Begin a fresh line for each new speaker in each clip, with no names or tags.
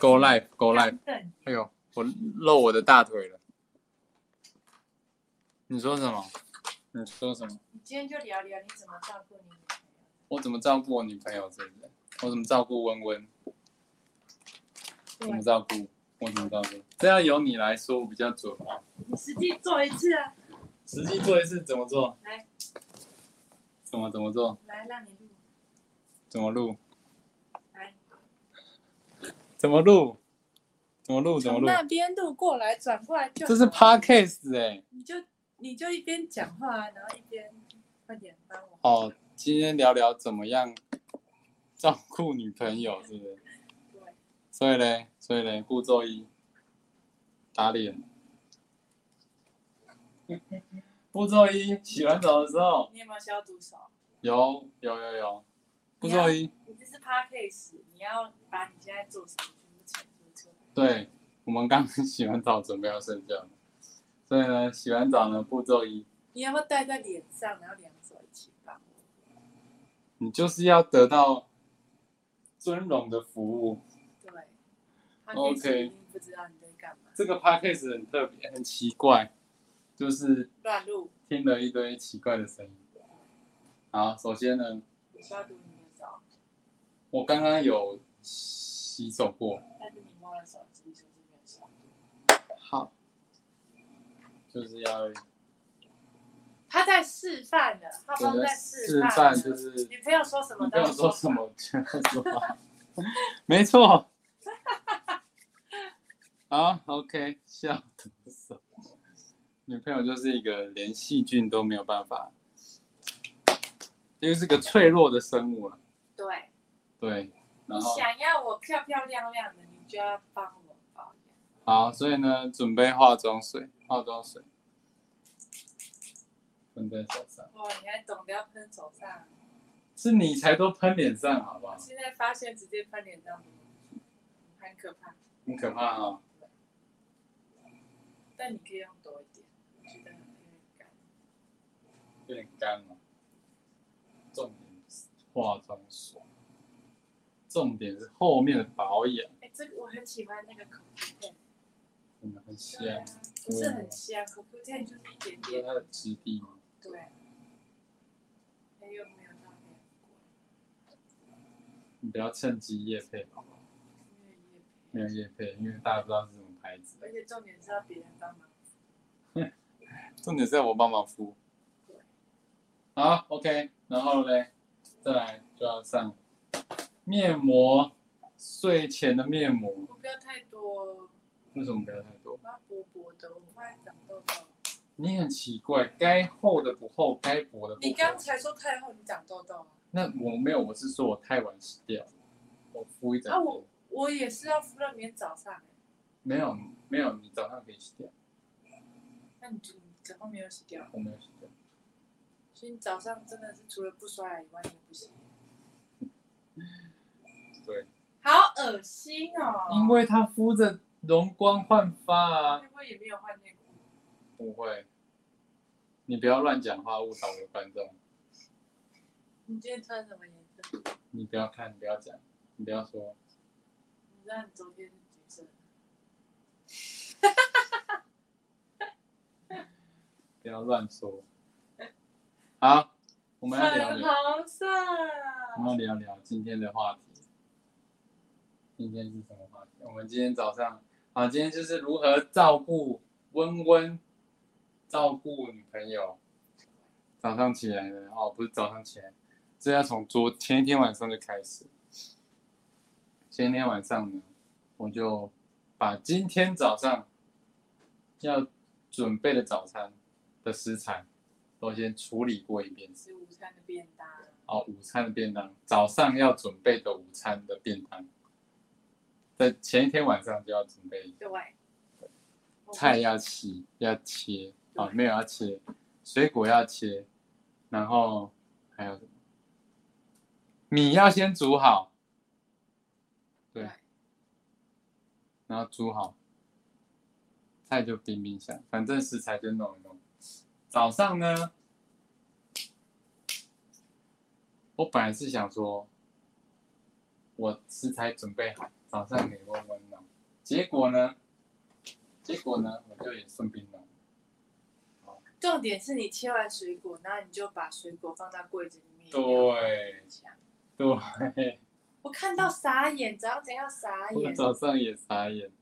Go live, go live！
对，
哎呦，我露我的大腿了。你说什么？你说什么？
你今天就聊聊你怎么照顾你女朋友。
我怎么照顾我女朋友？对不对？我怎么照顾温温？怎么照顾？我怎么照顾？这要由你来说比较准啊。
你实际做一次啊，
实际做一次怎么做？
来，
怎么怎么做？
来让你录，
怎么录？
来
怎么录？怎么录？怎么
从
录？
那边录过来，转过来就
这是 podcast 哎、
你就你就一边讲话，然后一边快点帮我。
哦，今天聊聊怎么样照顾女朋友，是不是？
对，
所以嘞，所以嘞，步骤一，打脸。步骤一，洗完澡的时候，
你有没有消毒手？
有有有有。步骤一，
你这是 podcast，你要把你现在做什么全部阐述出来。
对，我们刚 洗完澡，准备要睡觉了所以呢，洗完澡呢，步骤一，
你要不要戴在脸上，然后两手一起放？
你就是要得到尊荣的服务。
对，podcast 一定不知道你在干嘛，
这个 podcast 很特别，很奇怪，就是
乱录，
听了一堆奇怪的声音。好，首先呢，
消毒你的手，
我刚刚有洗手过，
但是你摸了手机就是没有消毒。
好，就是要
他在示范了，浩峰在
示
范
范，
了。
就是
女朋友说什么
你
都
跟
要
我说什么 就要说话，没错。 好，OK，笑得手。女朋友就是一个连细菌都没有办法，就是个脆弱的生物了。
对，
对，然
你
后
想要我漂漂亮亮的，你就要帮我保养。
好，所以呢，准备化妆水，化妆水喷在手上，
哇，你还懂得要喷手上？
是你才都喷脸上，好不好
我？现在发现直接喷脸上，很可怕。
很可怕哦。
但你可以用多一点，我觉得很干。
有点干了。重点不是化妆水，重点是后面的保养，
哎、这个我很喜欢那个口服片，
真的很香
对。啊，不是很香，口服片就是一点
你知
点
道，它的质地吗？
对。还有没有到脸？
你不要趁机夜配，好不好？没有夜配，因为大家不知道是什么牌子。
而且重点是要别人帮忙。
重点是要我帮忙敷
对。
好，OK，然后嘞，再来就要上面膜，睡前的面膜，
我不要太多，
为什么不要太多？
我要薄薄的，我怕长痘痘。
你很奇怪，该厚的不厚，该薄的不薄。
你刚才说太厚，你长痘痘啊？
那我没有，我是说我太晚洗掉，我敷一整
啊，
天。
我我也是要敷到明天早上、欸，
没有没有，你早上可以洗掉，
那你就你早上没有洗掉，
我没有洗掉。
所以你早上真的是除了不刷牙以外，你也不洗。
对，
好恶心哦！
因为它敷着容光焕发啊。
会不会也没有换内裤？
不会，你不要乱讲话，误导我的观众。
你今天穿什么颜色？
你不要看，你不要讲，你不要说。
你知道你昨天是橘色的，
不要乱说。好，我们要聊
粉
聊，
红色。
我们要聊聊今天的话题。今天是什么话题？我们今天早上啊，今天就是如何照顾温温，照顾女朋友。早上起来的哦，不是早上起来，这要从昨前一天晚上就开始。前一天晚上呢，我就把今天早上要准备的早餐的食材都先处理过一遍。
吃午餐的便当，
哦，午餐的便当，早上要准备的午餐的便当，在前一天晚上就要准备，
对。
菜要洗要切，哦，没有要切，水果要切，然后还有什么？米要先煮好，对
对，
然后煮好，菜就冰冰箱，反正食材就弄一弄。早上呢，我本来是想说，我食材准备好，早上给温温弄，结果呢？结果呢？我就也生病了。
重点是你切完水果，然后你就把水果放到柜子里面。
对对，
我看到傻眼，怎样怎样傻
我
眼。
早上也傻眼，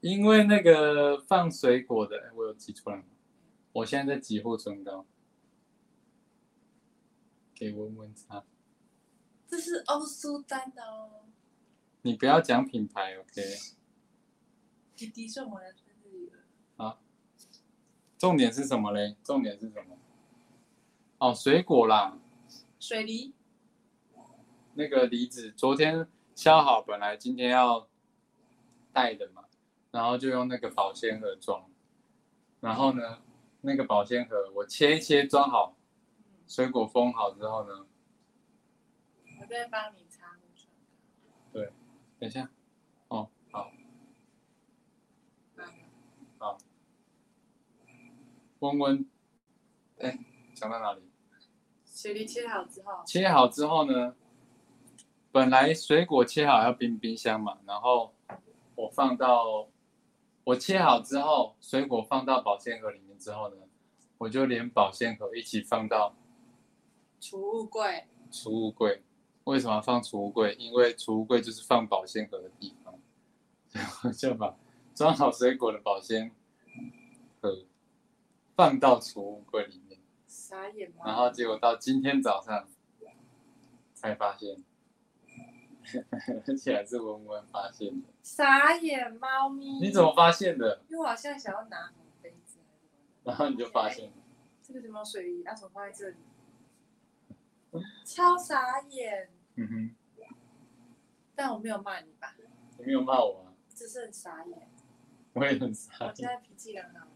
因为那个放水果的，哎我有挤出来吗？我现在在挤护唇膏，给温温擦。
这是欧舒丹的哦，
你不要讲品牌，OK？
你滴中我的生日礼了。
重点是什么嘞？重点是什么？哦，水果啦，
水梨，
那个梨子，昨天削好，本来今天要带的嘛，然后就用那个保鲜盒装。然后呢，那个保鲜盒我切一切装好，水果封好之后呢，
我在帮你擦护唇
等一下，哦，好，
膏。
温温，哎，讲到哪里？
水梨切好之后，
切好之后呢，本来水果切好要冰冰箱嘛，然后我放到我切好之后，水果放到保鲜盒里面之后呢，我就连保鲜盒一起放到
储物柜。
储物柜。为什么要放储物柜？因为储物柜就是放保鲜盒的地方，然后 就把装好水果的保鲜盒放到储物柜里面。
傻眼吗？
然后结果到今天早上才发现， 而且还是文文发现的。
傻眼猫咪。
你怎么？发现的？
因为我好像想要拿什么杯子还是什么的
然后你就发现了，
这个地方水泥，那怎么放在这里？超傻眼，
嗯哼，
但我没有骂你吧，
你没有骂我啊，
只是很傻眼。
我也很
我
傻
现
眼，
在脾气很好，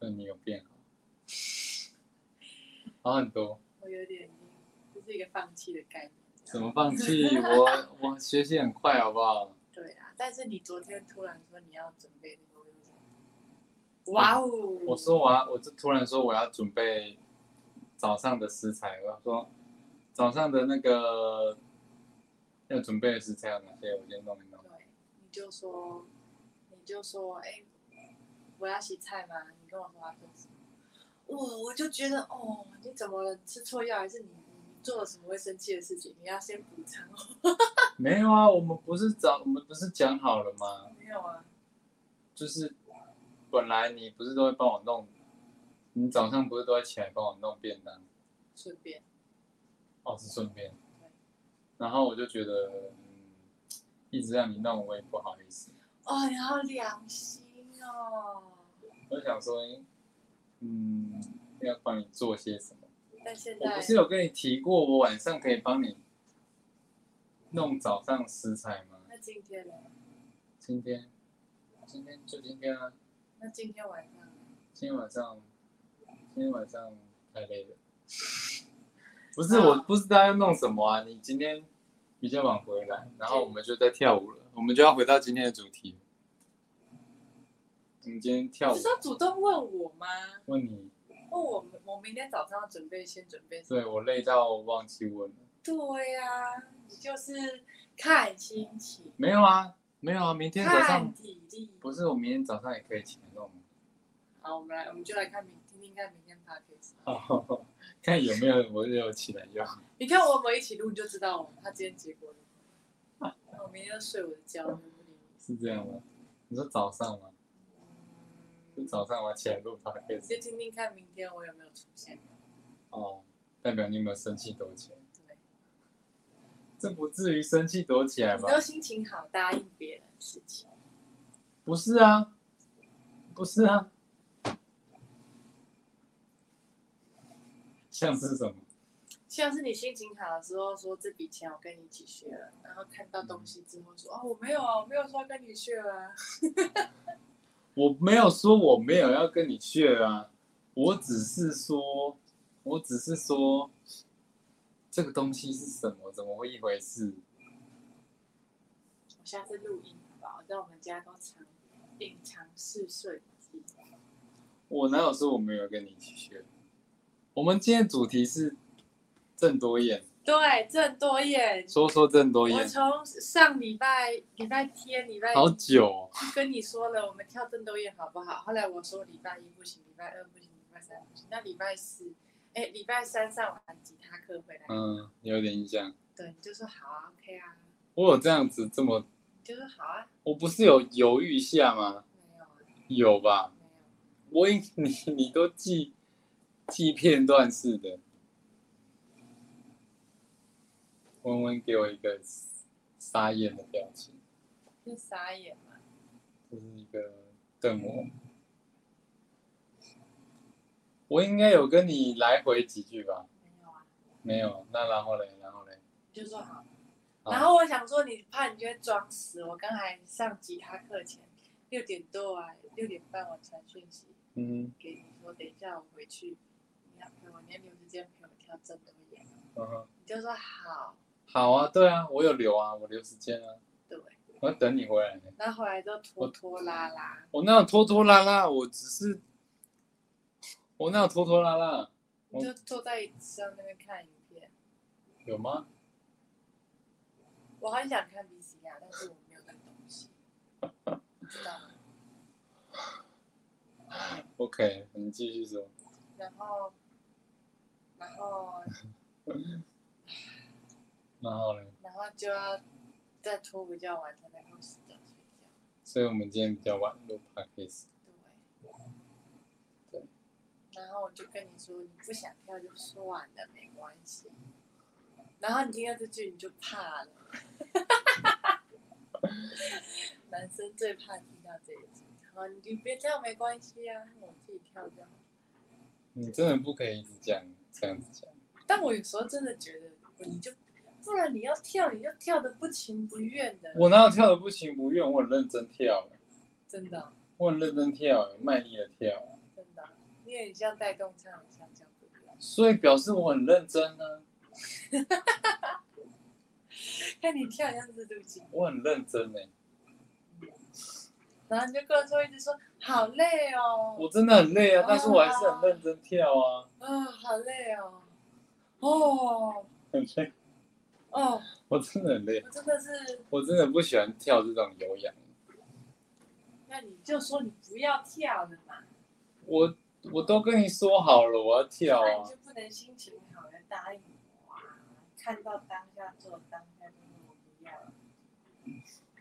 但你有变好，好很多。
我有点这是一个放弃的概念。
怎么放弃？我我学习很快，好不好？
对啊，但是你昨天突然说你要准备那个，我就想哇哦！
我说我要，我就突然说我要准备早上的食材，我要说早上的那个要准备的食材有哪些，我先弄一弄。
对，你就说，你就说，哎、我要洗菜吗？你跟我说要做什么？我我就觉得，哦，你怎么了？吃错药还是你你做了什么会生气的事情？你要先补偿哦我。
没有啊，我们不是早，我们不是讲好了吗？
没有啊，
就是本来你不是都会帮我弄，你早上不是都会起来帮我弄便当？
顺便
哦，是顺便。然后我就觉得，嗯，一直让你弄，我也不好意思。
哦，你好良心哦。
我想说，嗯，要帮你做些什么？
但现
我
在
不是有跟你提过，我晚上可以帮你弄早上食材吗？
那今天呢？
今天，今天就今天啊，
那今天晚上
今天晚上，今天晚上太累了。不是，
啊
我不知道要弄什么啊。你今天比较晚回来，然后我们就在跳舞了，我们就要回到今天的主题。我们今天跳
你
舞
是，要主动问我吗？
问你，
问我们，我明天早上要准备先准备什么？
对我累到忘记问了。
对呀、你就是看心情，
没有啊，没有啊，明天早
看
上
体力。
不是我明天早上也可以起来弄吗。
好，我们来，我们就来看明听听看明天 p o d c a
好，看有没有我有起来用。
你看我们一起录，你就知道我他今天结果了。那我明天要睡我的觉，我不理你。
是这样吗？你说早上吗？就早上我起来录 p o
你就听听看明天我有没有出现。
哦，代表你有没有生气躲起来？
对，
这不至于生气躲起来
你
吧？
都心情好，答应别人的事情。
不是啊，不是啊，像是什么？
像是你心情好的时候说这笔钱我跟你一起学了，然后看到东西之后说哦我没有啊，我没有说要跟你学啊。
我没有说我没有要跟你去啊，我只是说，我只是说，这个东西是什么？怎么会一回事？
我下次录音好不好？我在我们家都藏隐藏式设计。
我哪有说我没有跟你一起学？我们今天主题是郑多燕，
对，郑多燕。
说说郑多
我
燕，
从上礼拜礼拜天礼拜
好
一
久、哦，
跟你说了，我们跳郑多燕好不好？后来我说礼拜一不行，礼拜二不行，礼拜三不行，那礼拜四，哎，礼拜三上完吉他课回来，
嗯，有点印象。
对，你就说好啊，OK 啊，
我有这样子这么，
你就说好啊，
我不是有犹豫一下吗？
没有啊，
有吧？
没有。
我以你你都记记片段式的。温温给我一个傻眼的表情，
是傻眼嘛？
就是一个瞪我。我应该有跟你来回几句吧？
没有啊，
没有，那然后嘞，然后嘞，
就说
啊
好。
好
然后我想说，你怕你就会装死。我刚才上吉他课前六点多啊，六点半我传讯息
嗯
给你说，等一下我回去，你要陪我，你要留时间陪我跳郑多燕。
嗯哼，
你就说好，
好啊，对啊，我有留啊，我留时间啊，
对。
我要等你回来呢。
然后后来都拖拖拉拉，
我那有拖拖拉拉，我只是，我那有拖拖拉拉，
你就坐在椅子上那边看影片。
有吗？
我很想看 B C R，但是我没有看东西，知道吗？
OK，你继续说。
然后，然后
然后呢？
然后就要再拖比较晚才能够洗澡睡觉。
所以我们今天比较晚录 podcast。
对。然后我就跟你说，你不想跳就算了，没关系。然后你听到这句你就怕了。男生最怕听到这一句。好，你就别这样没关系啊，我自己跳就好。
你真的不可以一直讲这样子讲。
但我有时候真的觉得，你就不然你要跳，你就跳的不情不愿的，
我哪有跳的不情不愿？我很认真跳，欸
真的
我很认真跳，欸卖力的跳，欸
真的，你很像带动唱，很像这样子。
所以表示我很认真啊呢、
看你跳像是路径，
我很认真欸呢、
然后你就跟我说一直说好累哦，
我真的很累啊，但是我还是很认真跳啊，
啊、好累哦，哦
很累，
哦，
我真的很累，
我真的是，
我真的不喜欢跳这种有氧。
那你就说你不要跳了嘛，
我我都跟你说好了，我要跳
那你
啊，
就不能心情好的答应我啊，看到当下做当下就说我不要，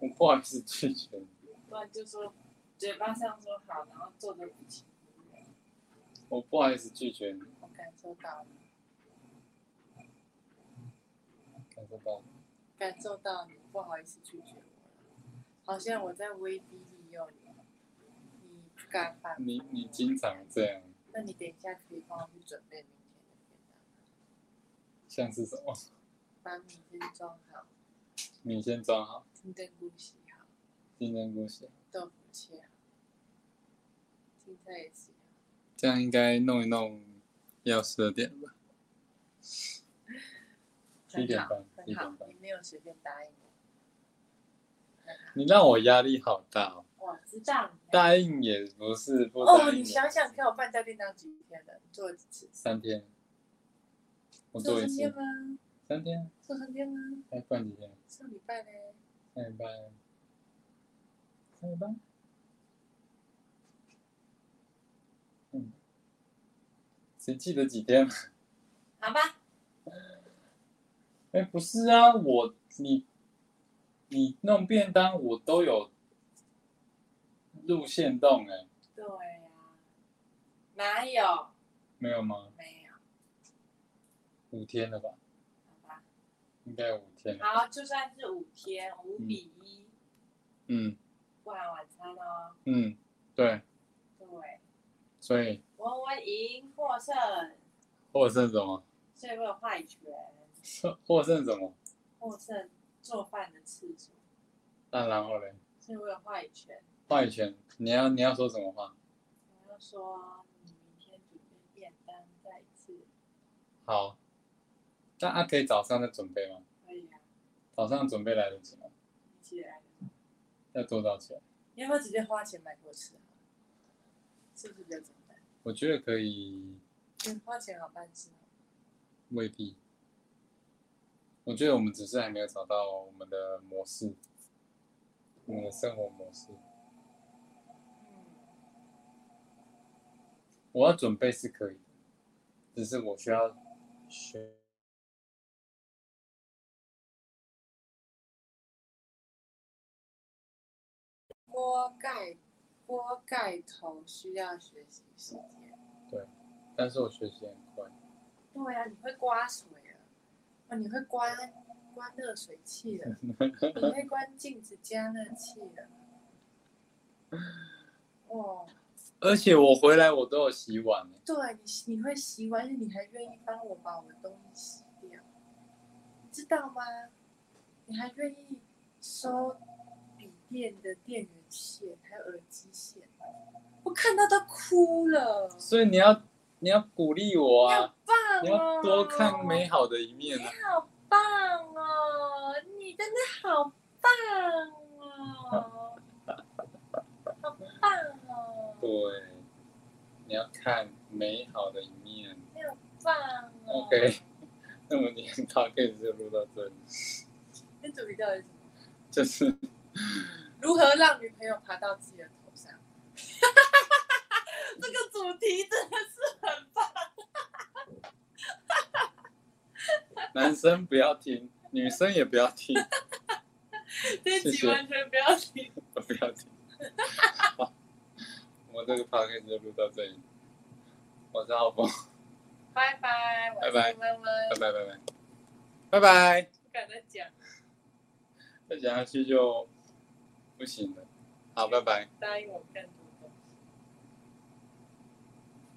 我不好意思拒绝你，
不然就说嘴巴上说好，然后做的不情不愿，
我不好意思拒绝你，
我感受到了，
感受到吗。
感受到你不好意思拒绝我了，好像我在威逼利诱你，你不敢反
你你经常这样，
那你等一下可以帮我去准备明天的便当，
像是什么？
把米先装好，
你先装好，
金针菇洗好，
金针菇洗，
豆腐切好，青菜也洗好。
这样应该弄一弄，要十二点了吧？一点半
很好，
一点
很好，
半
你没有随便答应我。很好
你让我压力好大哦，
我知道你要。
答应也不是，不答
哦，
应也
你想想看，我办教便当几天了？你做了几次？
三天，我
做
做一
三天
次，
吗？
三天，
做三天吗？
哎，半几天，
上礼拜呢？
上礼拜，上礼拜，嗯，谁记得几天？
好吧，
哎，不是啊，我你你弄便当，我都有路线动哎、
对呀、哪有？
没有吗？
没有，
五天了吧，
好吧。
应该有五天了。
好，就算是五天，五比一、
嗯
不含晚餐哦。
嗯，对，
对，
所以
文文赢获胜，
获胜什么？
所以我有话语权。
获胜什么？
获胜做饭的次数，
那然后嘞，
所以我有话语权。
话语权，你要你要说什么话？
我要说，你明天准备便当再一次，
好，那啊可以早上再准备吗？
可以啊，
早上准备来得及吗？
一起来。
要多少钱？
你要不要直接花钱买给我吃啊？是不是比较简单？
我觉得可以，
嗯，花钱好办事哦。
未必。我觉得我们只是还没有找到我们的模式，我们的生活模式。
嗯，
我要准备是可以，只是我需要学。
锅盖锅盖头需要学习时间。
但是我学习很快，
对呀、啊，你会刮水啊？哦，你会关关热水器 了，你会关镜子加热器了。哦，
而且我回来我都有洗碗欸
对啊你你会洗碗，而且你还愿意帮我把我的东西洗掉，你知道吗？你还愿意收笔电的电源线还有耳机线，我看到都哭了，
所以你要你要鼓励我
你好
啊，
棒哦！
你要多看美好的一面
你
啊。
好棒哦，你真的好棒哦，好棒哦，
对，你要看美好的一面。
你好棒哦。
OK，那 么今天 p o d 就录到这里，
那主题到底是什么
就是
如何让女朋友爬到自己的头上？ 这个主题真的是很棒，
男生不要听，女生也不要听，
这
谢
集
谢
完全不要听。
都不要听。好，我们这个 p o d 就录到这里。我是浩峰，
拜拜，我是
拜拜
温温，
拜拜拜拜，拜拜，
不敢再讲，
再讲下去就不行了。好，拜拜。
答应我干什么？